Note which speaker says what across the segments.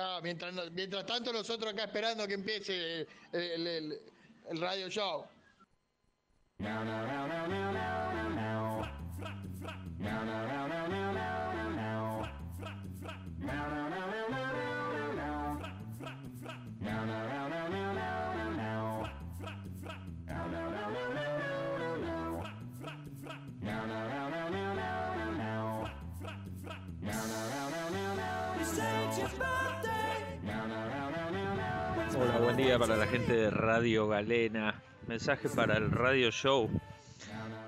Speaker 1: Claro, Ah, mientras, no- mientras tanto nosotros acá esperando que empiece el, el- el- el radio show.
Speaker 2: Hola, buen día para la gente de Radio Galena. Mensaje para el radio show.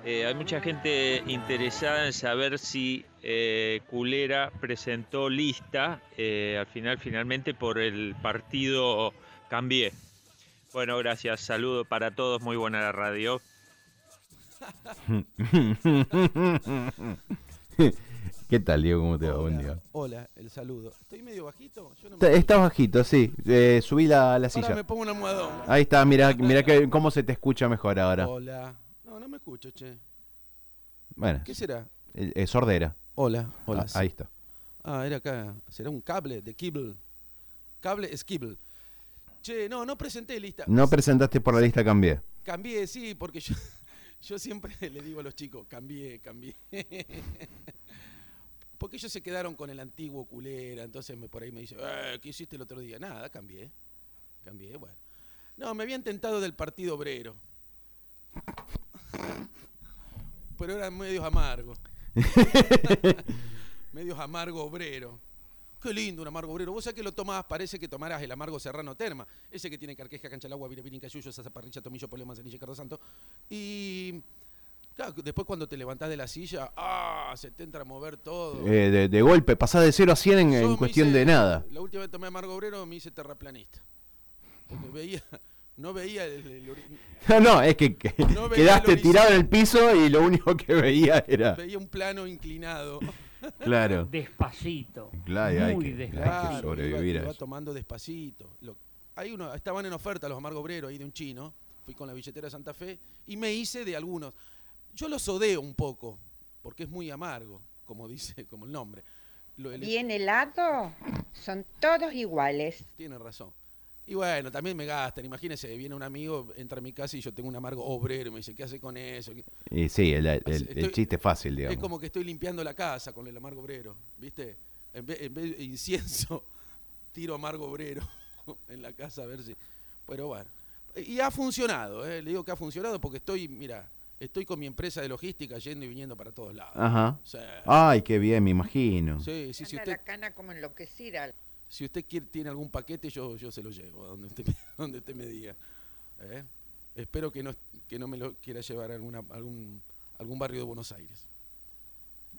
Speaker 2: Eh, hay mucha gente interesada en saber si eh, Culera presentó lista eh, al final, finalmente, por el partido Cambié. Bueno, gracias. Saludo para todos. Muy buena la radio.
Speaker 3: ¿Qué tal, Diego? ¿Cómo te va? Buen día.
Speaker 4: Hola, el saludo. ¿Estoy medio bajito? Yo no
Speaker 3: Está-
Speaker 4: me...
Speaker 3: Estás bajito, sí. Eh, subí la, la
Speaker 4: Pará, me
Speaker 3: silla.
Speaker 4: pongo un almohadón.
Speaker 3: Ahí está, mira, mira que, cómo se te escucha mejor ahora.
Speaker 4: Hola. No, no me escucho, che.
Speaker 3: Bueno,
Speaker 4: ¿Qué será?
Speaker 3: eh, eh, sordera.
Speaker 4: Hola, hola.
Speaker 3: Ah,
Speaker 4: sí.
Speaker 3: Ahí está.
Speaker 4: Ah, era acá. Será un cable de Kibble. Cable es Kibble. Che, no, no presenté lista.
Speaker 3: No presentaste por la lista, cambié.
Speaker 4: Cambié, sí, porque yo, yo siempre le digo a los chicos, cambié, cambié. Porque ellos se quedaron con el antiguo culera, entonces me, por ahí me dice, "Eh, ¿qué hiciste el otro día? Nada, cambié. Cambié, bueno. No, me habían tentado del Partido Obrero. Pero eran medios amargos. medios amargo obrero. Qué lindo un amargo obrero. Vos sabés que lo tomás, parece que tomarás el amargo serrano terma. Ese que tiene carqueja, canchalagua, virapín, cayuyo, zaparricha, tomillo, poleo, manzanilla, y cardo santo. Y claro, después cuando te levantás de la silla, ¡ah! Se te entra a mover todo.
Speaker 3: Eh, de, de golpe, pasás de 0 a 100 en,
Speaker 4: Yo
Speaker 3: en
Speaker 4: me
Speaker 3: cuestión
Speaker 4: hice-
Speaker 3: de nada.
Speaker 4: La última vez que tomé amargo obrero me hice terraplanista. Porque veía, no veía el, el ori-
Speaker 3: No, no, es que, que-
Speaker 4: No veía
Speaker 3: quedaste
Speaker 4: el horizonte.
Speaker 3: tirado en el piso y lo único que veía era.
Speaker 4: veía un plano inclinado.
Speaker 3: Claro.
Speaker 5: Despacito.
Speaker 3: Claro, hay
Speaker 5: muy
Speaker 3: que-
Speaker 5: despacito.
Speaker 3: Hay que
Speaker 4: Claro,
Speaker 3: sobrevivir
Speaker 4: iba,
Speaker 3: a
Speaker 4: iba
Speaker 3: eso.
Speaker 4: tomando despacito. Lo- hay uno, estaban en oferta los amargo obreros ahí de un chino. Fui con la billetera de Santa Fe y me hice de algunos. Yo los odeo un poco, porque es muy amargo, como dice, como el nombre. Lo- el-
Speaker 6: Bien helado, son todos iguales.
Speaker 4: Tiene razón. Y bueno, también me gastan. Imagínense, viene un amigo, entra a mi casa y yo tengo un amargo obrero y me dice, ¿qué hace con eso? ¿Qué-
Speaker 3: Y sí, el, el- el- el
Speaker 4: Estoy-
Speaker 3: chiste fácil, digamos.
Speaker 4: Es como que estoy limpiando la casa con el amargo obrero, ¿viste? En vez, en vez de incienso, tiro amargo obrero en la casa a ver si. Pero bueno. Y ha funcionado, ¿eh? le digo que ha funcionado porque estoy, mira, estoy con mi empresa de logística yendo y viniendo para todos lados.
Speaker 3: Ajá.
Speaker 4: O sea,
Speaker 3: Ay, qué bien, me imagino.
Speaker 4: sí, sí, si
Speaker 6: Anda
Speaker 4: usted,
Speaker 6: la cana como enloquecida.
Speaker 4: si usted quiere, tiene algún paquete, yo, yo se lo llevo, a donde usted, me- donde usted me diga. ¿eh? Espero que no, que no me lo quiera llevar a alguna, algún, algún barrio de Buenos Aires.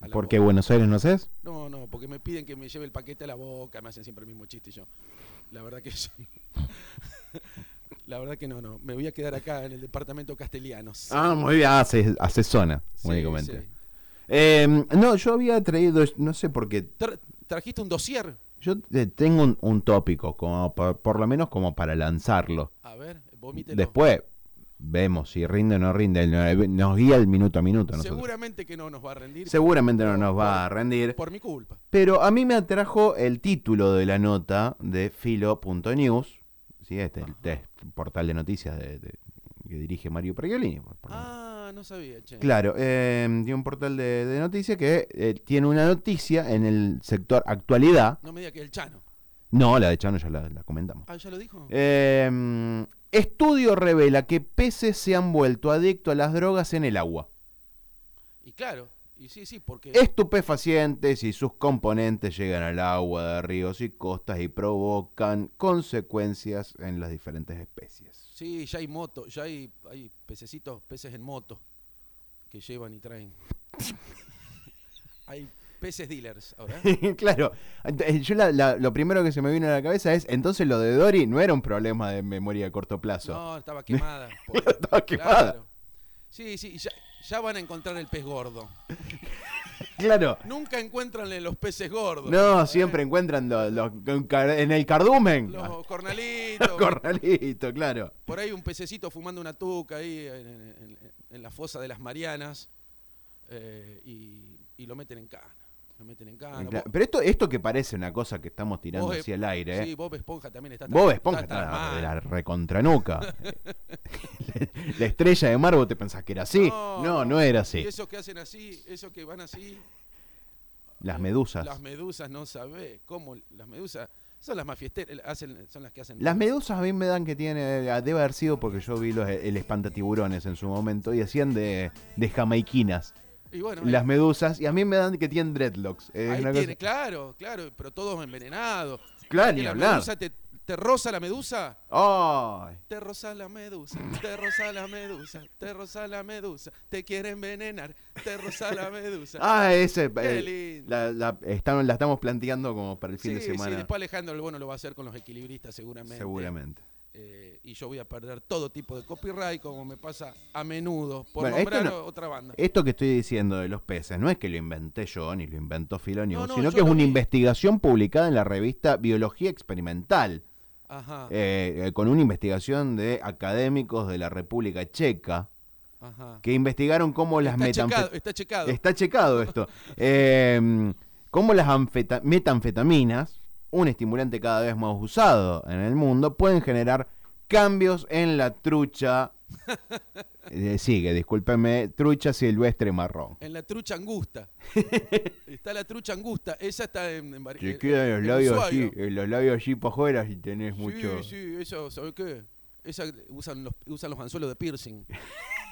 Speaker 4: A la
Speaker 3: Porque
Speaker 4: boca.
Speaker 3: Buenos Aires no haces?
Speaker 4: No, no, porque me piden que me lleve el paquete a la boca, me hacen siempre el mismo chiste y yo. La verdad que yo. la verdad que no, no. Me voy a quedar acá en el departamento castellanos.
Speaker 3: Ah, muy bien. Ah, haces, haces zona,
Speaker 4: Sí,
Speaker 3: únicamente.
Speaker 4: sí.
Speaker 3: Eh, no, yo había traído, no sé por qué.
Speaker 4: Tra- ¿Trajiste un dossier?
Speaker 3: Yo eh, tengo un, un tópico, como pa- por lo menos como para lanzarlo.
Speaker 4: A ver, vomítelo.
Speaker 3: Después vemos si rinde o no rinde. no- Nos guía el minuto a minuto. a Nosotros.
Speaker 4: Seguramente que no nos va a rendir.
Speaker 3: Seguramente no nos va a rendir.
Speaker 4: Por mi culpa.
Speaker 3: Pero a mí me atrajo el título de la nota de filo.news, ¿sí? este, el test- portal de noticias de- de- que dirige Mario Pergolini. por- por-
Speaker 4: Ah, no sabía, che.
Speaker 3: Claro, eh, tiene un portal de, de noticias que eh, tiene una noticia en el sector actualidad.
Speaker 4: No me diga que el Chano.
Speaker 3: No, la de Chano ya la, la comentamos.
Speaker 4: Ah, ya lo dijo.
Speaker 3: Eh, estudio revela que peces se han vuelto adictos a las drogas en el agua.
Speaker 4: Y claro, y sí, sí, porque.
Speaker 3: Estupefacientes y sus componentes llegan al agua de ríos y costas y provocan consecuencias en las diferentes especies.
Speaker 4: Sí, ya hay moto, ya hay, hay pececitos, peces en moto que llevan y traen. hay peces dealers ahora.
Speaker 3: claro, ent- eh, yo la- la- lo primero que se me vino a la cabeza es, entonces lo de Dory no era un problema de memoria a corto plazo.
Speaker 4: No, estaba quemada. por-
Speaker 3: Estaba quemada.
Speaker 4: Sí, sí, ya, ya van a encontrar el pez gordo.
Speaker 3: Claro.
Speaker 4: Nunca encuentran los peces gordos.
Speaker 3: No, siempre encuentran los, los- en el cardumen.
Speaker 4: Eh, Los
Speaker 3: Los
Speaker 4: cornalitos.
Speaker 3: corralitos, claro.
Speaker 4: Por ahí un pececito fumando una tuca ahí en, en- en- en la fosa de las Marianas eh, y, y lo meten en cana. Lo meten en cana.
Speaker 3: Claro,
Speaker 4: Bo-
Speaker 3: Pero esto, esto que parece una cosa que estamos tirando
Speaker 4: Bob
Speaker 3: hacia
Speaker 4: Esp-
Speaker 3: el aire,
Speaker 4: Sí,
Speaker 3: ¿eh?
Speaker 4: Bob Esponja también está.
Speaker 3: Bob
Speaker 4: tan-
Speaker 3: Esponja
Speaker 4: tan
Speaker 3: está de
Speaker 4: mal.
Speaker 3: la recontranuca. la estrella de Marvel, te pensás que era así. No, no, era
Speaker 4: Y
Speaker 3: así.
Speaker 4: esos que hacen así, esos que van así. eh,
Speaker 3: Las medusas.
Speaker 4: Las medusas, no sabe cómo. Las medusas son las más fiesteras, hacen, son las que hacen.
Speaker 3: Las medusas a mí me dan que tiene. eh, Debe haber sido porque yo vi los, el espantatiburones en su momento y hacían de, de jamaiquinas
Speaker 4: Y bueno, eh,
Speaker 3: las medusas. Y a mí me dan que tienen dreadlocks.
Speaker 4: ahí
Speaker 3: Es una
Speaker 4: tiene,
Speaker 3: cosa-
Speaker 4: claro, claro, pero todos envenenados.
Speaker 3: Claro,
Speaker 4: Que
Speaker 3: ni
Speaker 4: la
Speaker 3: hablar.
Speaker 4: medusa te, te roza la medusa.
Speaker 3: Ay.
Speaker 4: Te roza la medusa, te roza la medusa, te roza la medusa, te quiere envenenar, te roza la medusa.
Speaker 3: Ah, ese.
Speaker 4: Qué
Speaker 3: eh,
Speaker 4: lindo.
Speaker 3: la, la- estamos- la estamos planteando como para el fin
Speaker 4: sí,
Speaker 3: de
Speaker 4: sí,
Speaker 3: semana.
Speaker 4: después Alejandro el Bueno lo va a hacer con los equilibristas seguramente.
Speaker 3: seguramente.
Speaker 4: Eh, y yo voy a perder todo tipo de copyright como me pasa a menudo por
Speaker 3: Bueno, esto
Speaker 4: nombrar
Speaker 3: no-
Speaker 4: otra banda.
Speaker 3: Esto que estoy diciendo de los peces no es que lo inventé yo ni lo inventó Filonius,
Speaker 4: No, no,
Speaker 3: sino
Speaker 4: yo
Speaker 3: que es
Speaker 4: lo
Speaker 3: una
Speaker 4: vi.
Speaker 3: investigación publicada en la revista Biología Experimental,
Speaker 4: Ajá,
Speaker 3: eh, eh, con una investigación de académicos de la República Checa
Speaker 4: ajá.
Speaker 3: que investigaron cómo las
Speaker 4: Está
Speaker 3: metanfetaminas.
Speaker 4: checado, está checado.
Speaker 3: Está checado esto. Eh, cómo las anfeta- metanfetaminas, un estimulante cada vez más usado en el mundo, pueden generar cambios en la trucha. Eh, sigue, discúlpeme, trucha silvestre marrón.
Speaker 4: En la trucha angusta. está la trucha angusta. Esa está en, en, Bari-
Speaker 3: Te
Speaker 4: en-
Speaker 3: quedan los
Speaker 4: en
Speaker 3: labios
Speaker 4: Ushuaia.
Speaker 3: así, eh, los labios así para afuera si tenés mucho.
Speaker 4: Sí, sí, eso, ¿sabes qué? Esa usan los, usan los anzuelos de piercing.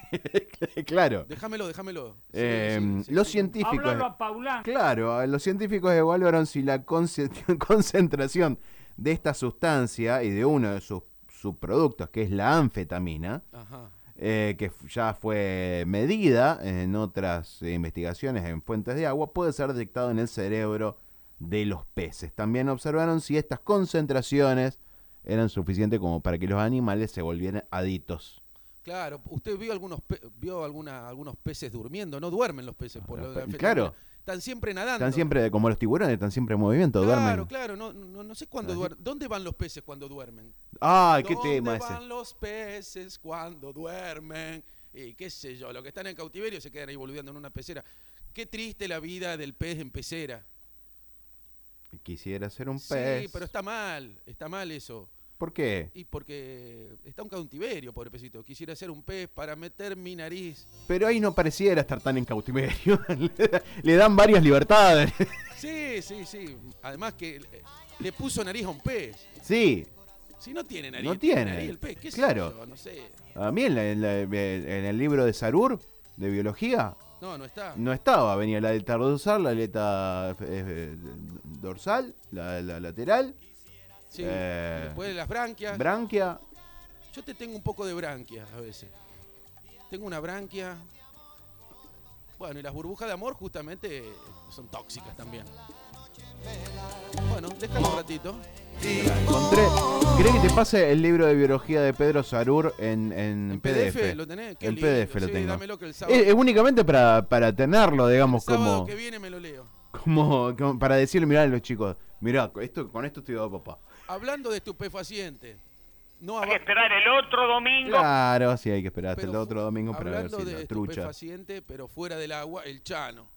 Speaker 3: claro.
Speaker 4: Déjamelo, déjamelo. Sí,
Speaker 3: Eh,
Speaker 4: sí, sí,
Speaker 3: los
Speaker 4: sí.
Speaker 3: científicos.
Speaker 5: Háblalo a Paulán.
Speaker 3: Claro, los científicos evaluaron si la conce- concentración de esta sustancia y de uno de sus subproductos, que es la anfetamina,
Speaker 4: Ajá.
Speaker 3: eh, que f- ya fue medida en otras eh, investigaciones en fuentes de agua, puede ser detectado en el cerebro de los peces. También observaron si estas concentraciones eran suficientes como para que los animales se volvieran adictos.
Speaker 4: Claro, usted vio algunos pe- vio alguna, algunos peces durmiendo, no duermen los peces por
Speaker 3: Ah,
Speaker 4: lo de la
Speaker 3: pe-
Speaker 4: anfetamina.
Speaker 3: claro.
Speaker 4: Están siempre nadando.
Speaker 3: Están siempre, como los tiburones, están siempre en movimiento,
Speaker 4: Claro,
Speaker 3: duermen.
Speaker 4: claro, no, no, no sé cuándo
Speaker 3: Así.
Speaker 4: duermen. ¿Dónde van los peces cuando duermen?
Speaker 3: ¡Ay, qué
Speaker 4: ¿Dónde
Speaker 3: tema ese!
Speaker 4: van los peces cuando duermen? Y qué sé yo, los que están en cautiverio se quedan ahí boludeando en una pecera. Qué triste la vida del pez en pecera.
Speaker 3: Quisiera ser un
Speaker 4: Sí,
Speaker 3: pez.
Speaker 4: pero está mal, está mal eso.
Speaker 3: ¿Por qué?
Speaker 4: Y porque está un cautiverio, pobrecito. Quisiera ser un pez para meter mi nariz.
Speaker 3: Pero ahí no pareciera estar tan en cautiverio. Le da- Le dan varias libertades.
Speaker 4: Sí, sí, sí. Además que eh, le puso nariz a un pez.
Speaker 3: Sí,
Speaker 4: Si no tiene nariz.
Speaker 3: No tiene.
Speaker 4: nariz el pez. ¿Qué sé
Speaker 3: Claro.
Speaker 4: yo? No sé.
Speaker 3: a mí en, la- en la- en el libro de Sarur, de biología,
Speaker 4: No, no está.
Speaker 3: no estaba. Venía la aleta dorsal, la aleta eh, dorsal, la, la lateral,
Speaker 4: Sí.
Speaker 3: Eh,
Speaker 4: Después de las branquias.
Speaker 3: branquia.
Speaker 4: Yo te tengo un poco de branquias a veces. Tengo una branquia. Bueno, y las burbujas de amor justamente eh, son tóxicas también. Bueno, déjalo un ratito.
Speaker 3: La encontré. ¿Crees que te pase el libro de biología de Pedro Sarur en, en
Speaker 4: En
Speaker 3: PDF?
Speaker 4: PDF, lo tenés. Qué
Speaker 3: en
Speaker 4: lindo.
Speaker 3: PDF lo
Speaker 4: Sí,
Speaker 3: tengo.
Speaker 4: dámelo que el sábado,
Speaker 3: Es, es únicamente para, para tenerlo, digamos,
Speaker 4: el sábado
Speaker 3: como.
Speaker 4: que viene me lo leo.
Speaker 3: Como, como para decirle, mirá a los chicos, mirá, con esto, con esto estoy dado papá.
Speaker 4: Hablando de estupefaciente. No
Speaker 5: Hay que
Speaker 4: abajo.
Speaker 5: esperar el otro domingo.
Speaker 3: Claro, sí, hay que esperar hasta
Speaker 4: Pero
Speaker 3: el otro
Speaker 4: fu-
Speaker 3: domingo para ver
Speaker 4: hablando
Speaker 3: si
Speaker 4: de pues,
Speaker 3: la trucha.
Speaker 4: estupefaciente, pero fuera del agua, el Chano.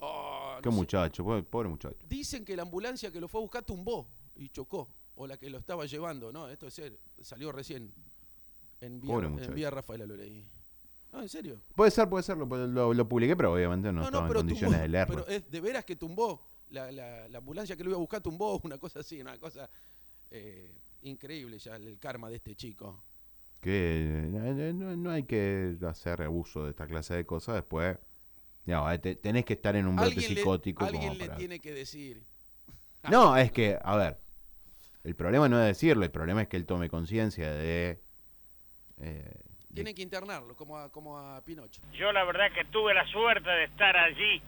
Speaker 4: Oh, no
Speaker 3: Qué
Speaker 4: sé.
Speaker 3: muchacho, pobre, pobre muchacho.
Speaker 4: Dicen que la ambulancia que lo fue a buscar tumbó y chocó, o la que lo estaba llevando, ¿no? Esto es ser, salió recién. En vía,
Speaker 3: Pobre
Speaker 4: en
Speaker 3: muchacho.
Speaker 4: vía Rafaela lo leí. No, en serio.
Speaker 3: Puede ser, puede ser, lo, lo- lo publiqué, pero obviamente no, estaba en condiciones de leerlo.
Speaker 4: pero es de veras que tumbó. La, la- la ambulancia que lo iba a buscar tumbó, una cosa así, una cosa eh, increíble ya el karma de este chico.
Speaker 3: Que eh, no, no hay que hacer abuso de esta clase de cosas después. No, eh, te- tenés que estar en un brote
Speaker 4: le-
Speaker 3: psicótico. como
Speaker 4: alguien le
Speaker 3: para-
Speaker 4: tiene que decir.
Speaker 3: No, es que, a ver, el problema no es decirlo, el problema es que él tome conciencia de... eh, de
Speaker 4: Tienen que internarlo, como a, como a Pinocho.
Speaker 5: Yo la verdad que tuve la suerte de estar allí.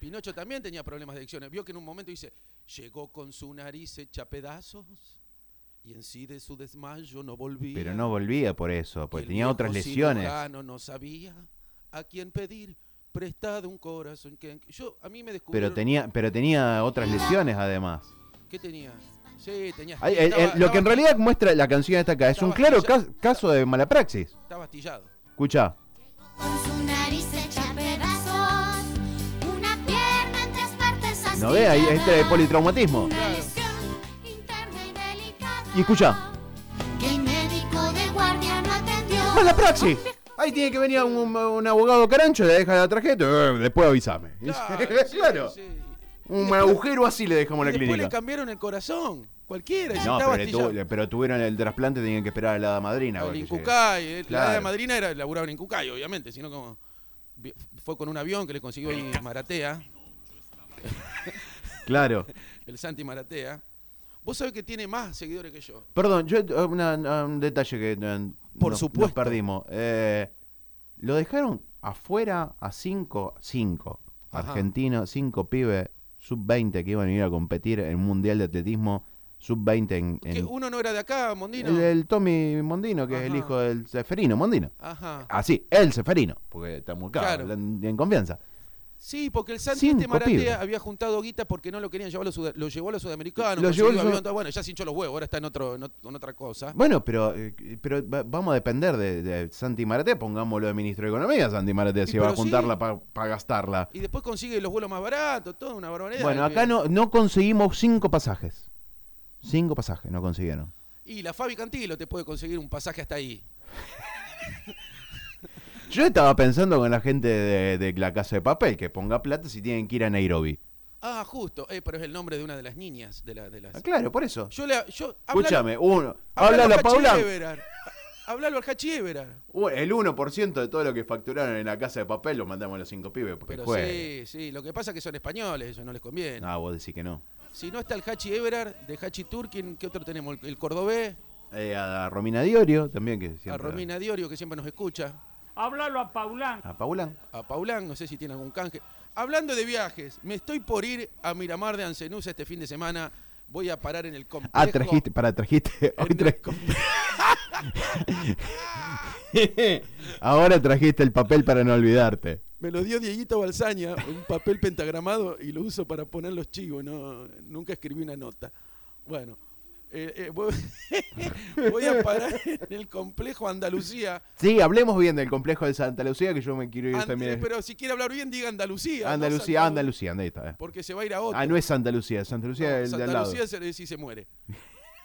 Speaker 4: Pinocho también tenía problemas de adicciones. Vio que en un momento dice, llegó con su nariz hecha pedazos y en sí de su desmayo no volvía.
Speaker 3: Pero no volvía por eso,
Speaker 4: Y
Speaker 3: porque
Speaker 4: el
Speaker 3: tenía otras
Speaker 4: viejo
Speaker 3: lesiones.
Speaker 4: cirujano no sabía a quién pedir prestado un corazón. Que... Yo, a mí me descubrieron...
Speaker 3: Pero tenía, pero tenía otras lesiones además.
Speaker 4: ¿Qué tenía? Sí, tenía...
Speaker 3: Ay, eh,
Speaker 4: estaba-
Speaker 3: eh, lo que en
Speaker 4: estaba-
Speaker 3: realidad muestra la canción esta acá es un
Speaker 4: Estaba-
Speaker 3: claro ca- caso de malapraxis.
Speaker 4: Estaba astillado.
Speaker 3: Escucha.
Speaker 7: Con su nariz hecha pedazos, una pierna entre
Speaker 3: ¿No ve? Ahí este de politraumatismo. Y escucha.
Speaker 7: Que el médico de guardia no atendió.
Speaker 3: ¡Mala praxis! Ahí tiene que venir un, un abogado carancho, le deja la tarjeta, eh, después avísame.
Speaker 4: sí,
Speaker 3: Claro.
Speaker 4: sí. Y
Speaker 3: Un
Speaker 4: después-
Speaker 3: agujero así le dejamos a
Speaker 4: y
Speaker 3: la
Speaker 4: después le
Speaker 3: clínica.
Speaker 4: cambiaron el corazón. Cualquiera. ya
Speaker 3: No,
Speaker 4: estaba
Speaker 3: pero, le tuvo-
Speaker 4: astillado.
Speaker 3: le- pero tuvieron el trasplante, tenían que esperar a la hada madrina.
Speaker 4: Al
Speaker 3: para que llegue.
Speaker 4: Incucay, eh, la de
Speaker 3: Claro.
Speaker 4: madrina era laburaba en Incucay, obviamente, sino como vi- fue con un avión que le consiguió ahí Maratea,
Speaker 3: Claro.
Speaker 4: el Santi Maratea. Vos sabés que tiene más seguidores que yo.
Speaker 3: Perdón, yo eh, una- una- un detalle que eh,
Speaker 4: Por
Speaker 3: nos- nos
Speaker 4: supuesto.
Speaker 3: perdimos. Eh, lo dejaron afuera a cinco, cinco
Speaker 4: Ajá.
Speaker 3: argentinos, cinco pibes sub-20 que iban a ir a competir en un mundial de atletismo sub-20 en, en-
Speaker 4: Que uno no era de acá, Mondino.
Speaker 3: el, el Tommy Mondino, que es el
Speaker 4: Ajá.
Speaker 3: hijo del Seferino Mondino.
Speaker 4: Ajá.
Speaker 3: Así, el Seferino, porque estamos acá,
Speaker 4: Claro.
Speaker 3: hablan en confianza.
Speaker 4: Sí, porque el Santi este
Speaker 3: Cinco
Speaker 4: Maratea
Speaker 3: pibes.
Speaker 4: había juntado guita porque no lo querían llevar a los suda- lo llevó a los sudamericanos.
Speaker 3: Lo
Speaker 4: consiguió
Speaker 3: llevó al sud-
Speaker 4: avión, todo. bueno, ya se hinchó los huevos, ahora está en otro, en ot- con otra cosa.
Speaker 3: Bueno, pero, eh, pero va- vamos a depender de, de Santi Maraté, pongámoslo de ministro de Economía, Santi Maraté,
Speaker 4: Y
Speaker 3: si va a
Speaker 4: pero sí.
Speaker 3: juntarla para gastarla.
Speaker 4: Y después consigue los vuelos más baratos, todo una barbaridad.
Speaker 3: Bueno,
Speaker 4: El
Speaker 3: acá
Speaker 4: que-
Speaker 3: no, no conseguimos cinco pasajes. Cinco pasajes no consiguieron.
Speaker 4: Y la Fabi Cantilo te puede conseguir un pasaje hasta ahí.
Speaker 3: Yo estaba pensando con la gente de, de la casa de papel que ponga plata si tienen que ir a Nairobi.
Speaker 4: Ah, justo. Eh, pero es el nombre de una de las niñas de, la, de las.
Speaker 3: Ah, claro, por eso.
Speaker 4: Yo le. Yo,
Speaker 3: Escúchame, uno.
Speaker 4: háblalo-
Speaker 3: Háblalo a
Speaker 4: Hachi
Speaker 3: Paula.
Speaker 4: Everard. Hablalo al Hachi Everard.
Speaker 3: Uh, El 1% de todo lo que facturaron en la casa de papel lo mandamos a los cinco pibes porque
Speaker 4: Pero
Speaker 3: juegue.
Speaker 4: sí, sí. Lo que pasa es que son españoles, eso no les conviene.
Speaker 3: Ah, vos decís que no.
Speaker 4: Si no está el Hachi Everard, de Hachi Turkin, ¿qué otro tenemos? El, el cordobés,
Speaker 3: Eh, a Romina Diorio también que siempre.
Speaker 4: a Romina Diorio, que siempre nos escucha.
Speaker 5: Háblalo a Paulán.
Speaker 3: A Paulán.
Speaker 4: a Paulán, no sé si tiene algún canje. Hablando de viajes, me estoy por ir a Miramar de Ancenusa este fin de semana. Voy a parar en el complejo.
Speaker 3: Ah, trajiste, para, trajiste. Hoy
Speaker 4: En el
Speaker 3: tra- Ahora trajiste el papel para no olvidarte.
Speaker 4: Me lo dio Dieguito Balsaña, un papel pentagramado, y lo uso para poner los chivos. No, nunca escribí una nota. Bueno, eh, eh, voy, voy a parar en el complejo Andalucía.
Speaker 3: Sí, hablemos bien del complejo de Santa Lucía, que yo me quiero ir
Speaker 4: Ande-
Speaker 3: también.
Speaker 4: pero si quiere hablar bien, diga Andalucía. no
Speaker 3: Andalucía,
Speaker 4: Santa-
Speaker 3: Andalucía, anda, ahí está. eh.
Speaker 4: Porque se va a ir a otro.
Speaker 3: Ah, no es Santa Lucía, Santa Lucía
Speaker 4: No,
Speaker 3: es el de al
Speaker 4: Santa
Speaker 3: lado.
Speaker 4: Lucía se, si se muere.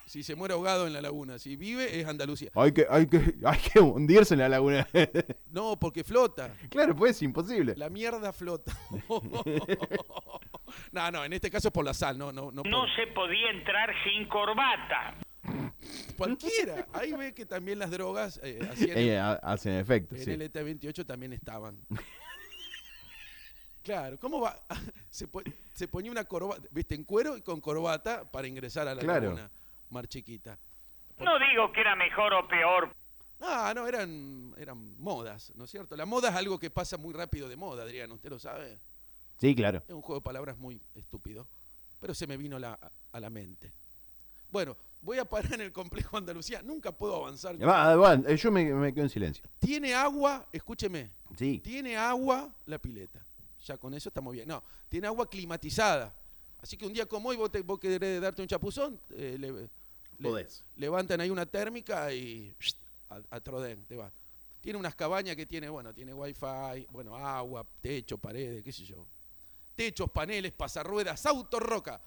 Speaker 4: Si se muere ahogado en la laguna. Si vive es Andalucía.
Speaker 3: Hay que, hay que, hay que hundirse en la laguna.
Speaker 4: No, porque flota.
Speaker 3: claro, pues es imposible.
Speaker 4: La mierda flota. no, no, en este caso es por la sal, no, no, no.
Speaker 5: No
Speaker 4: por-
Speaker 5: se podía entrar sin corbata.
Speaker 4: Cualquiera. Ahí ve que también las drogas eh, hacían-
Speaker 3: Eh, ha- hacen efecto,
Speaker 4: en
Speaker 3: sí.
Speaker 4: el ET28 también estaban. Claro, ¿cómo va? Se, po- se ponía una corbata, viste, en cuero y con corbata para ingresar a la
Speaker 3: Claro.
Speaker 4: laguna mar chiquita.
Speaker 5: No digo que era mejor o peor.
Speaker 4: Ah, no, eran, eran modas, ¿no es cierto? La moda es algo que pasa muy rápido de moda, Adrián, usted lo sabe.
Speaker 3: Sí, claro.
Speaker 4: Es un juego de palabras muy estúpido, pero se me vino la- a la mente. Bueno, voy a parar en el complejo Andalucía, nunca puedo avanzar.
Speaker 3: Va, va, eh, yo me, me quedo en silencio.
Speaker 4: Tiene agua, escúcheme,
Speaker 3: Sí.
Speaker 4: tiene agua la pileta. Ya con eso estamos bien. No, tiene agua climatizada. Así que un día como hoy vos, te, vos querés darte un chapuzón, eh, le- le-
Speaker 3: Podés.
Speaker 4: levantan ahí una térmica y a, a Trodén te vas. Tiene unas cabañas que tiene, bueno, tiene wifi, bueno, agua, techo, paredes, qué sé yo. Techos, paneles, pasarruedas, autorroca.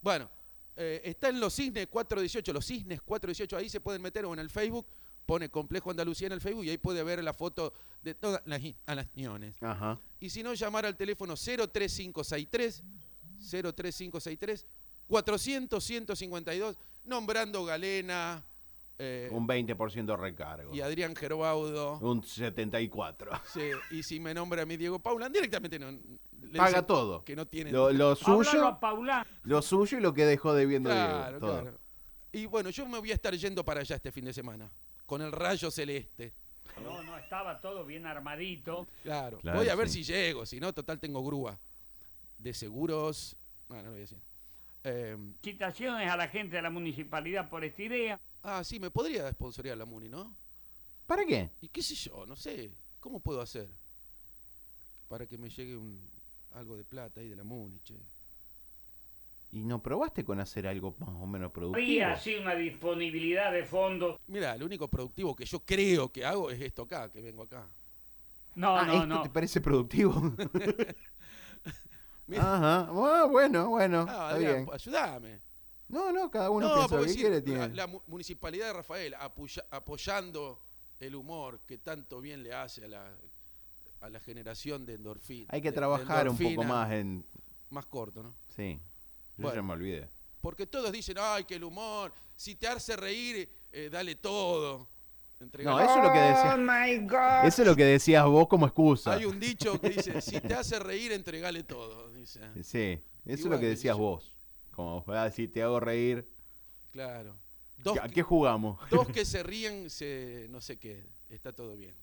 Speaker 4: Bueno, eh, está en los Cisnes 418, los Cisnes 418, ahí se pueden meter o en el Facebook, pone Complejo Andalucía en el Facebook y ahí puede ver la foto de todas las instalaciones.
Speaker 3: Ajá.
Speaker 4: Y si no, llamar al teléfono 03563 03563 400 152 nombrando Galena eh,
Speaker 3: Un 20% recargo.
Speaker 4: y Adrián Gerbaudo.
Speaker 3: Un 74.
Speaker 4: Sí, y si me nombra a mí Diego Paula, directamente no. le
Speaker 3: Paga
Speaker 4: dicen
Speaker 3: todo.
Speaker 4: Que no tiene.
Speaker 3: Lo, lo
Speaker 5: Háblalo
Speaker 3: suyo,
Speaker 5: a Paulán.
Speaker 3: lo suyo y lo que dejó debiendo
Speaker 4: claro,
Speaker 3: Diego, todo.
Speaker 4: claro. Y bueno, yo me voy a estar yendo para allá este fin de semana. Con el rayo celeste.
Speaker 5: No, no, estaba todo bien armadito.
Speaker 4: Claro.
Speaker 3: Claro,
Speaker 4: voy a ver
Speaker 3: sí.
Speaker 4: si llego, si no, total tengo grúa. De seguros. Ah, No, no lo voy a decir. Em,
Speaker 5: Citaciones a la gente de la municipalidad por esta idea.
Speaker 4: ah, sí, me podría sponsorear la Muni, ¿no?
Speaker 3: ¿Para qué?
Speaker 4: Y qué sé yo, no sé, ¿cómo puedo hacer para que me llegue un, algo de plata ahí de la Muni, che?
Speaker 3: ¿Y no probaste con hacer algo más o menos productivo?
Speaker 5: Había así una disponibilidad de fondo.
Speaker 4: Mira, lo único productivo que yo creo que hago es esto acá, que vengo acá.
Speaker 5: No,
Speaker 3: Ah,
Speaker 5: no,
Speaker 3: ¿esto
Speaker 5: no.
Speaker 3: te parece productivo?
Speaker 4: Mira,
Speaker 3: Ajá. Ah, bueno, bueno.
Speaker 4: ah,
Speaker 3: está
Speaker 4: Adrián,
Speaker 3: bien.
Speaker 4: ayúdame.
Speaker 3: No, no, cada uno
Speaker 4: No,
Speaker 3: piensa lo
Speaker 4: porque
Speaker 3: que
Speaker 4: sí,
Speaker 3: quiere.
Speaker 4: la-
Speaker 3: Tiene.
Speaker 4: La, mu- municipalidad de Rafael apoya- apoyando el humor que tanto bien le hace a la, a la generación de endorfina.
Speaker 3: Hay que trabajar un poco más eh.
Speaker 4: en
Speaker 3: en.
Speaker 4: Más corto, ¿no?
Speaker 3: Sí. Yo
Speaker 4: Bueno.
Speaker 3: ya me olvidé.
Speaker 4: Porque todos dicen, ay, que el humor, si te hace reír, eh, dale todo. Entregale-
Speaker 3: No, eso es lo que
Speaker 6: Oh
Speaker 3: decías.
Speaker 6: my God.
Speaker 3: Eso es lo que decías vos como excusa.
Speaker 4: Ah. Hay un dicho que dice, si te hace reír, entregale todo. Dice.
Speaker 3: Sí. Eso es lo
Speaker 4: Igual,
Speaker 3: que
Speaker 4: qué
Speaker 3: decías
Speaker 4: sé yo.
Speaker 3: vos. Como, ah, si te hago reír.
Speaker 4: Claro. Dos,
Speaker 3: ¿A
Speaker 4: que-
Speaker 3: qué jugamos?
Speaker 4: dos que se ríen, se, no sé qué, está todo bien.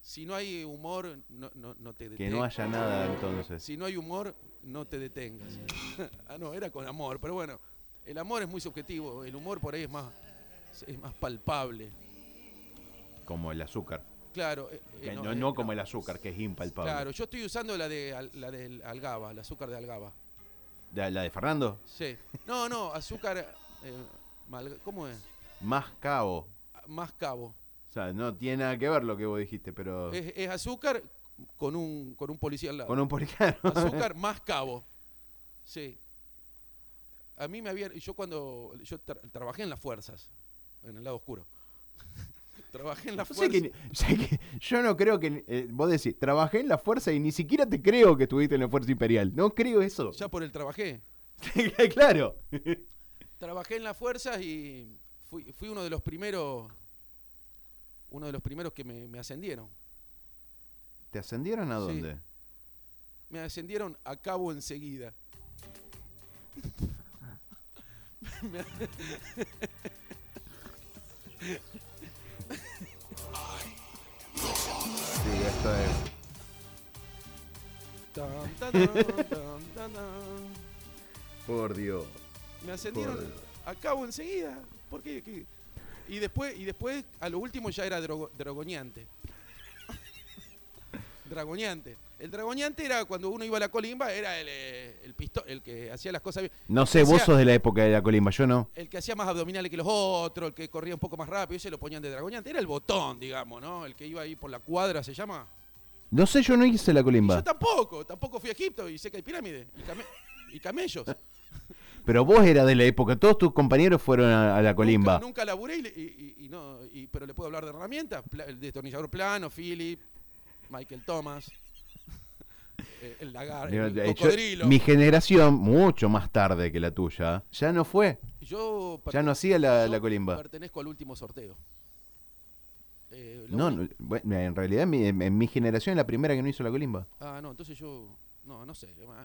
Speaker 4: Si no hay humor, no, no, no te
Speaker 3: Que
Speaker 4: detengas.
Speaker 3: no haya nada entonces.
Speaker 4: Si no hay humor, no te detengas. ah, no, era con amor, pero bueno, el amor es muy subjetivo, el humor por ahí es más, es más palpable.
Speaker 3: Como el azúcar.
Speaker 4: Claro. eh, eh,
Speaker 3: Que no,
Speaker 4: eh,
Speaker 3: no como el azúcar, que es impalpable.
Speaker 4: Claro, yo estoy usando la de al- la del algaba, el azúcar de algaba.
Speaker 3: ¿La, la de Fernando?
Speaker 4: Sí. No, no, azúcar eh, mal- ¿cómo es?
Speaker 3: Más cabo.
Speaker 4: Ah, Más cabo.
Speaker 3: O sea, no tiene nada que ver lo que vos dijiste, pero.
Speaker 4: Es, es azúcar con un con un policía al lado.
Speaker 3: Con un policano.
Speaker 4: Azúcar más cabo. Sí. A mí me había yo cuando yo tra- trabajé en las fuerzas, en el lado oscuro. trabajé en las
Speaker 3: Yo, sé
Speaker 4: fuerzas.
Speaker 3: que, sé que- yo no creo que. eh, vos decís, trabajé en la fuerza y ni siquiera te creo que estuviste en la fuerza imperial. No creo eso.
Speaker 4: Ya por el trabajé.
Speaker 3: claro.
Speaker 4: Trabajé en las fuerzas y fui, fui uno de los primeros uno de los primeros que me- me ascendieron.
Speaker 3: ¿Te ascendieron a
Speaker 4: Sí.
Speaker 3: dónde?
Speaker 4: me ascendieron a cabo enseguida. Me-
Speaker 3: Sí, esto es.
Speaker 4: Tan, tan, tan, tan, tan, tan.
Speaker 3: Por Dios.
Speaker 4: me ascendieron
Speaker 3: Joder.
Speaker 4: a cabo enseguida. ¿Por qué? ¿Qué? Y después, y después, a lo último ya era drogo- dragoneante. dragoneante. El dragoneante era cuando uno iba a la colimba, era el, eh, el, pisto- el que hacía las cosas bien.
Speaker 3: No sé,
Speaker 4: O sea-
Speaker 3: vos sos de la época de la colimba, yo no.
Speaker 4: el que hacía más abdominales que los otros, el que corría un poco más rápido, ese lo ponían de dragoneante. Era el botón, digamos, ¿no? El que iba ahí por la cuadra, se llama.
Speaker 3: No sé, yo no hice la
Speaker 4: Y
Speaker 3: colimba.
Speaker 4: yo tampoco, tampoco fui a Egipto y sé que hay pirámides y, came- y camellos.
Speaker 3: Pero vos eras de la época, todos tus compañeros fueron a, a la colimba.
Speaker 4: Nunca, nunca laburé, y, le- y- y- y no, y- pero le puedo hablar de herramientas. Pla- el destornillador plano, Philip, Michael Thomas, eh, el lagar,
Speaker 3: Digo,
Speaker 4: el
Speaker 3: eh, yo-
Speaker 4: cocodrilo.
Speaker 3: mi generación, mucho más tarde que la tuya, ya no fue.
Speaker 4: Yo,
Speaker 3: Ya
Speaker 4: perten-
Speaker 3: no hacía la,
Speaker 4: yo
Speaker 3: la colimba.
Speaker 4: pertenezco al último sorteo. Eh, lo
Speaker 3: No,
Speaker 4: único-
Speaker 3: no, bueno, en realidad mi- en, en mi generación es la primera que no hizo la colimba.
Speaker 4: Ah, no, entonces yo. No, no sé. ah,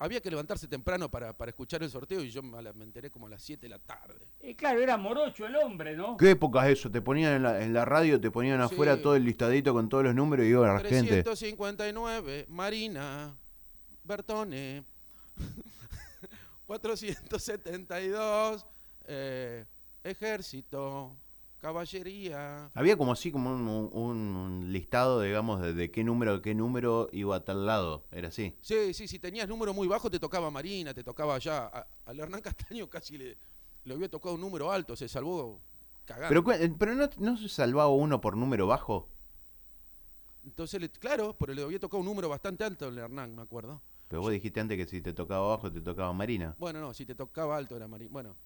Speaker 4: Había que levantarse temprano para, para escuchar el sorteo y yo me la- me enteré como a las 7 de la tarde.
Speaker 5: Y Eh, claro, era morocho el hombre, ¿no?
Speaker 3: ¿Qué época es eso? Te ponían en la, en la radio, te ponían
Speaker 4: Sí.
Speaker 3: afuera todo el listadito con todos los números y iba la gente.
Speaker 4: 359, Marina, Bertone. 472, eh, Ejército, Caballería.
Speaker 3: Había como así, como un, un- un listado, digamos, de, de qué número, qué número iba a tal lado. Era así.
Speaker 4: Sí, sí, si tenías número muy bajo te tocaba Marina, te tocaba allá. A- Al Hernán Castaño casi le, le había tocado un número alto, se salvó cagando.
Speaker 3: Pero, cu- eh, pero no, no se salvaba uno por número bajo.
Speaker 4: Entonces, le- claro, pero le había tocado un número bastante alto al Hernán, me acuerdo.
Speaker 3: Pero vos dijiste antes que si te tocaba bajo, te tocaba Marina.
Speaker 4: Bueno, no, si te tocaba alto era Marina. Bueno,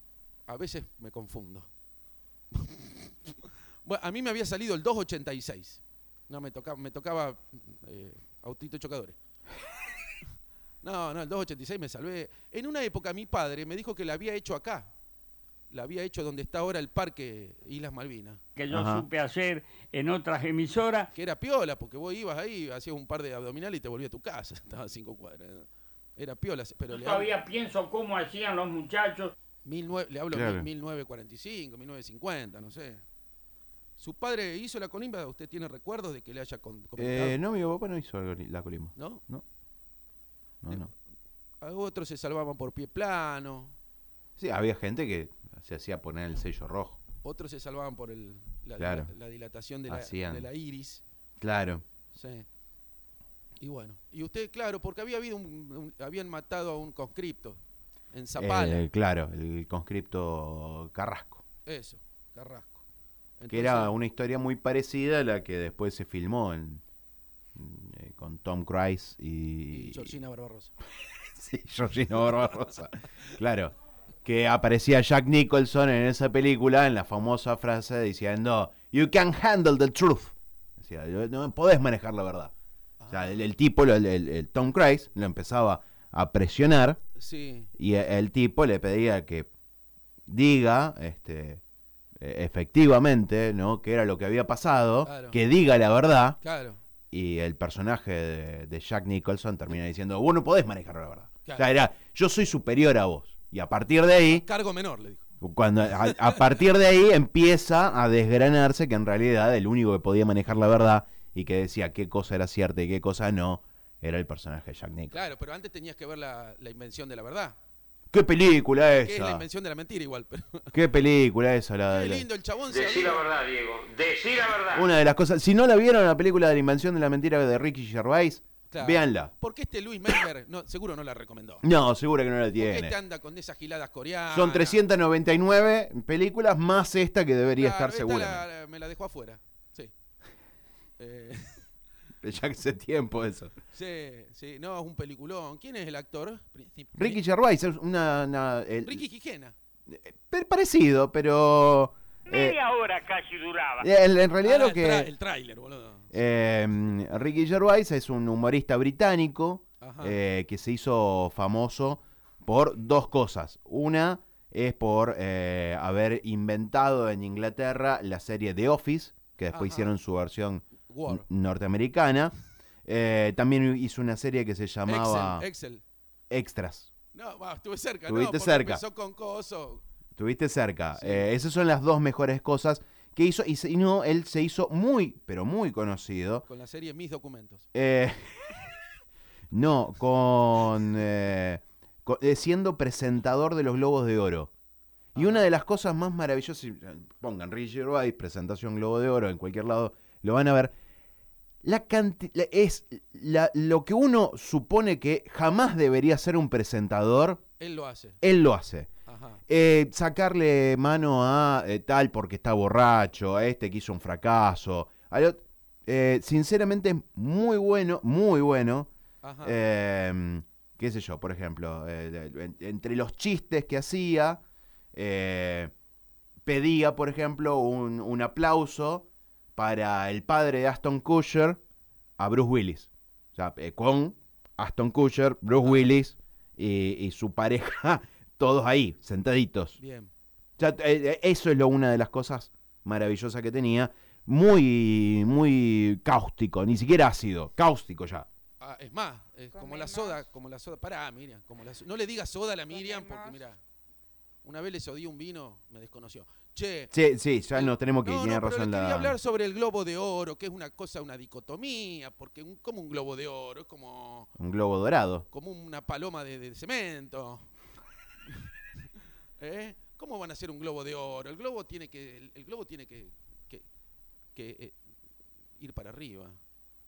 Speaker 4: a veces me confundo. bueno, a mí me había salido el 286. No, me tocaba, me tocaba eh, autito chocadores. no, no, el 286 me salvé. En una época mi padre me dijo que la había hecho acá. La había hecho donde está ahora el parque Islas Malvinas.
Speaker 5: Que yo
Speaker 3: Ajá.
Speaker 5: supe hacer en otras emisoras.
Speaker 4: que era piola, porque vos ibas ahí, hacías un par de abdominales y te volvías a tu casa. Estaba a cinco cuadras. Era piola, pero
Speaker 5: Yo
Speaker 4: le hablo,
Speaker 5: todavía pienso cómo hacían los muchachos.
Speaker 4: 19 le hablo
Speaker 3: Claro.
Speaker 4: mil- 1945, 1950, no sé. ¿Su padre hizo la colimba? ¿Usted tiene recuerdos de que le haya con- comentado?
Speaker 3: Eh, no, mi papá no hizo la coli- la colimba.
Speaker 4: ¿No?
Speaker 3: No, no.
Speaker 4: A otros se salvaban por pie plano,
Speaker 3: Sí, había gente que se hacía poner el sello rojo.
Speaker 4: otros se salvaban por el, la,
Speaker 3: Claro.
Speaker 4: la dilatación de la,
Speaker 3: Hacían.
Speaker 4: de la iris.
Speaker 3: Claro.
Speaker 4: Sí. Y bueno, y usted, claro, porque había habido un, un- habían matado a un conscripto en Zapala.
Speaker 3: Eh, claro, el conscripto Carrasco.
Speaker 4: Eso, Carrasco.
Speaker 3: que era
Speaker 4: Entonces,
Speaker 3: una historia muy parecida a la que después se filmó en, eh, con Tom Cruise y,
Speaker 4: Y Georgina Barbarosa.
Speaker 3: Sí, Georgina Barbarosa. Claro. Que aparecía Jack Nicholson en esa película en la famosa frase diciendo You can handle the truth. Decía, "Yo- no podés manejar la verdad. O
Speaker 4: Ah.
Speaker 3: sea, el, el tipo, lo- el, el- el Tom Cruise, lo empezaba a presionar
Speaker 4: Sí.
Speaker 3: y e- el tipo le pedía que diga este e- efectivamente, ¿no? Que era lo que había pasado,
Speaker 4: Claro.
Speaker 3: que diga la verdad
Speaker 4: Claro.
Speaker 3: y el personaje de, de Jack Nicholson termina diciendo, vos no podés manejar la verdad.
Speaker 4: Claro.
Speaker 3: O sea, era, yo soy superior a vos. Y a partir de ahí,
Speaker 4: Cargo menor, le dijo.
Speaker 3: cuando a, a partir de ahí empieza a desgranarse que en realidad el único que podía manejar la verdad y que decía qué cosa era cierta y qué cosa no, era el personaje de Jack Nicholson.
Speaker 4: Claro, pero antes tenías que ver la, la invención de la verdad.
Speaker 3: ¿Qué película
Speaker 4: Que es la
Speaker 3: esa?
Speaker 4: invención de la mentira igual, pero...
Speaker 3: ¿Qué película esa? La,
Speaker 4: Qué
Speaker 3: de la-
Speaker 4: lindo el chabón. se
Speaker 8: Decí
Speaker 4: había-
Speaker 8: la verdad, Diego. Decí la verdad.
Speaker 3: Una de las cosas, si no la vieron la película de la invención de la mentira de Ricky Gervais,
Speaker 4: Claro.
Speaker 3: véanla.
Speaker 4: ¿Por qué este Luis Menberg no, seguro no la recomendó? ¿Por
Speaker 3: No, seguro que no la
Speaker 4: qué
Speaker 3: tiene.
Speaker 4: te anda con esas giladas coreanas?
Speaker 3: Son 399 películas más esta que debería
Speaker 4: Claro,
Speaker 3: estar
Speaker 4: esta
Speaker 3: segura.
Speaker 4: la- la- me la dejó afuera. Sí. Eh,
Speaker 3: Ya que hace tiempo eso.
Speaker 4: sí, sí. No, es un peliculón. ¿Quién es el actor?
Speaker 3: Ricky Gervais es una... una- el-
Speaker 4: Ricky Quijena.
Speaker 3: pe- parecido, pero... eh,
Speaker 5: Media hora casi duraba.
Speaker 3: el- en realidad
Speaker 4: Ah,
Speaker 3: lo
Speaker 4: el tra-
Speaker 3: que...
Speaker 4: El tráiler, boludo.
Speaker 3: eh, Ricky Gervais es un humorista británico
Speaker 4: Ajá.
Speaker 3: eh, que se hizo famoso por dos cosas. Una es por eh, haber inventado en Inglaterra la serie The Office, que después
Speaker 4: Ajá.
Speaker 3: hicieron su versión
Speaker 4: War.
Speaker 3: n- norteamericana. Eh, también hizo una serie que se llamaba
Speaker 4: Excel, Excel.
Speaker 3: Extras.
Speaker 4: No, va, estuve cerca. no,
Speaker 3: Estuviste
Speaker 4: porque
Speaker 3: cerca.
Speaker 4: Empezó con Coso.
Speaker 3: Estuviste cerca.
Speaker 4: Sí.
Speaker 3: Eh, esas son las dos mejores cosas que hizo. Y, se- y no, él se hizo muy, pero muy conocido.
Speaker 4: Con la serie Mis Documentos.
Speaker 3: Eh, no, con, eh, co- eh, siendo presentador de los Globos de Oro. Y una de las cosas más maravillosas, y, eh, pongan Ricky Gervais, presentación Globo de Oro, en cualquier lado lo van a ver. La canti- la- es la- lo que uno supone que jamás debería ser un presentador,
Speaker 4: Él lo hace.
Speaker 3: él lo hace.
Speaker 4: Ajá.
Speaker 3: Eh, sacarle mano a eh, tal porque está borracho, a este que hizo un fracaso. al ot- eh, sinceramente es muy bueno, muy bueno.
Speaker 4: Ajá.
Speaker 3: Eh, qué sé yo, por ejemplo, eh, de- de- en- entre los chistes que hacía, eh, pedía, por ejemplo, un, un aplauso para el padre de Aston Kutcher a Bruce Willis. O sea, eh, con Aston Kutcher, Bruce Willis y, y su pareja, todos ahí, sentaditos.
Speaker 4: Bien.
Speaker 3: O sea, eh, eh, eso es lo, una de las cosas maravillosas que tenía. Muy, muy cáustico, ni siquiera ácido, cáustico ya.
Speaker 4: Ah, es más, es como la
Speaker 6: Comemos.
Speaker 4: soda, como la soda. Pará, Miriam, como la so- No le digas soda a la Miriam porque,
Speaker 6: Comemos.
Speaker 4: mira, una vez les odié un vino, me desconoció. Che,
Speaker 3: Sí, sí, ya nos tenemos que ir,
Speaker 4: no,
Speaker 3: tiene
Speaker 4: no, pero
Speaker 3: razón
Speaker 4: les quería
Speaker 3: la...
Speaker 4: hablar sobre el globo de oro, que es una cosa, una dicotomía, porque un- como un globo de oro, es como,
Speaker 3: Un globo dorado.
Speaker 4: como una paloma de, de cemento. ¿Eh? ¿Cómo van a hacer un globo de oro? El globo tiene que, el, el globo tiene que, que- que, eh, ir para arriba,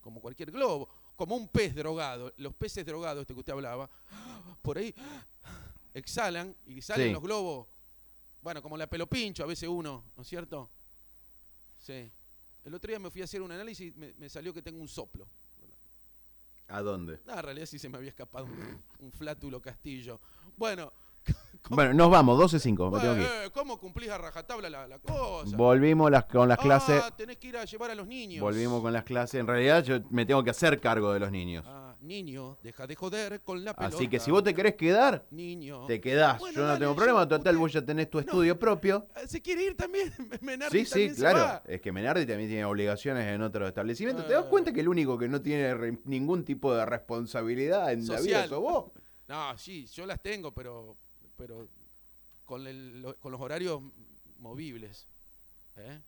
Speaker 4: como cualquier globo, como un pez drogado. Los peces drogados, este que usted hablaba, por ahí exhalan y salen
Speaker 3: Sí.
Speaker 4: los globos. Bueno, como la pelopincho a veces uno, ¿no es cierto? Sí. El otro día me fui a hacer un análisis y me- me salió que tengo un soplo.
Speaker 3: ¿A dónde?
Speaker 4: No, en realidad sí se me había escapado un, un flátulo castillo. Bueno, ¿cómo,
Speaker 3: Bueno, nos vamos, 12.05, me tengo que ir.
Speaker 4: eh, ¿cómo cumplís a rajatabla la, la cosa?
Speaker 3: Volvimos las, con las clases,
Speaker 4: Ah, tenés que ir a llevar a los niños.
Speaker 3: volvimos con las clases. En realidad yo me tengo que hacer cargo de los niños.
Speaker 4: Ah, niño, deja de joder con la pelota.
Speaker 3: Así que si vos te querés quedar,
Speaker 4: Niño.
Speaker 3: te quedás.
Speaker 4: Bueno,
Speaker 3: yo no
Speaker 4: dale,
Speaker 3: tengo
Speaker 4: yo-
Speaker 3: problema, total
Speaker 4: usted-
Speaker 3: vos ya tenés tu
Speaker 4: No.
Speaker 3: estudio propio.
Speaker 4: Ah, ¿Se quiere ir también? Menardi
Speaker 3: Sí, sí,
Speaker 4: también se
Speaker 3: claro.
Speaker 4: va.
Speaker 3: Es que Menardi también tiene obligaciones en otros establecimientos. ¿Te das
Speaker 4: Ah.
Speaker 3: cuenta que el único que no tiene re- ningún tipo de responsabilidad en la vida
Speaker 4: Social.
Speaker 3: sos vos?
Speaker 4: No, sí, yo las tengo, pero, pero con, el- lo- con los horarios movibles. ¿eh?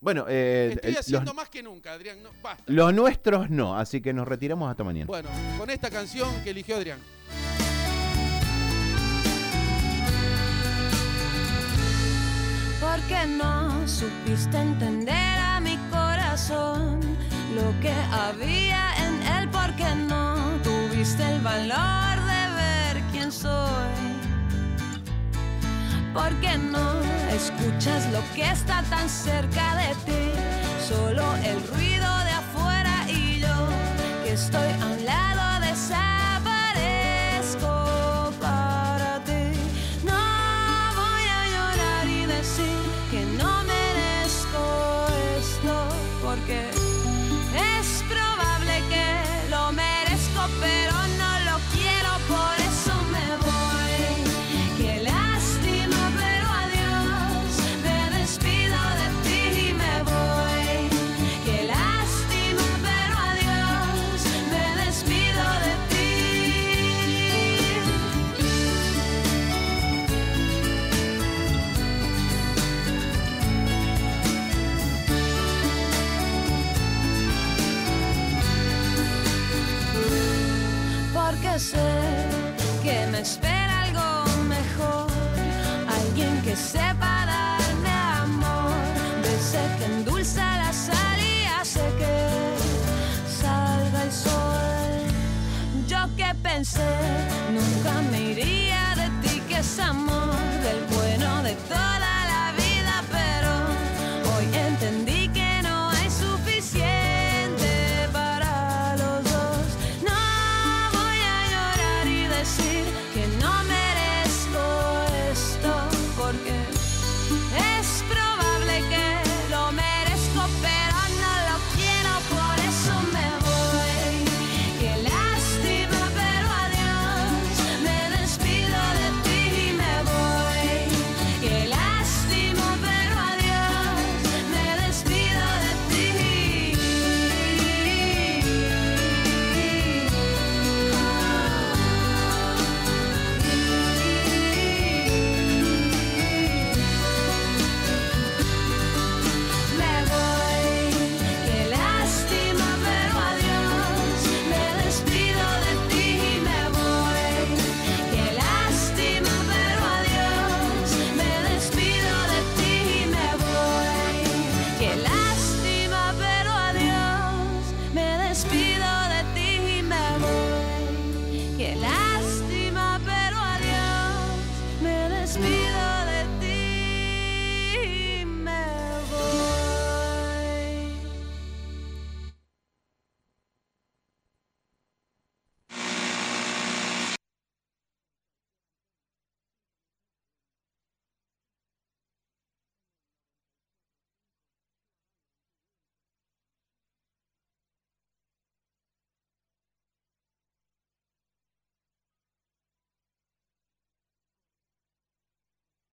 Speaker 3: Bueno, eh,
Speaker 4: Estoy
Speaker 3: el-
Speaker 4: haciendo
Speaker 3: los,
Speaker 4: más que nunca, Adrián. No, basta.
Speaker 3: los nuestros no, así que nos retiramos hasta mañana.
Speaker 4: Bueno, con esta canción que eligió Adrián.
Speaker 9: porque no supiste entender a mi corazón lo que había en él, porque no tuviste el valor de ver quién soy, porque no escuchas lo que está tan cerca de ti, solo el ruido de afuera y yo Estoy a un lado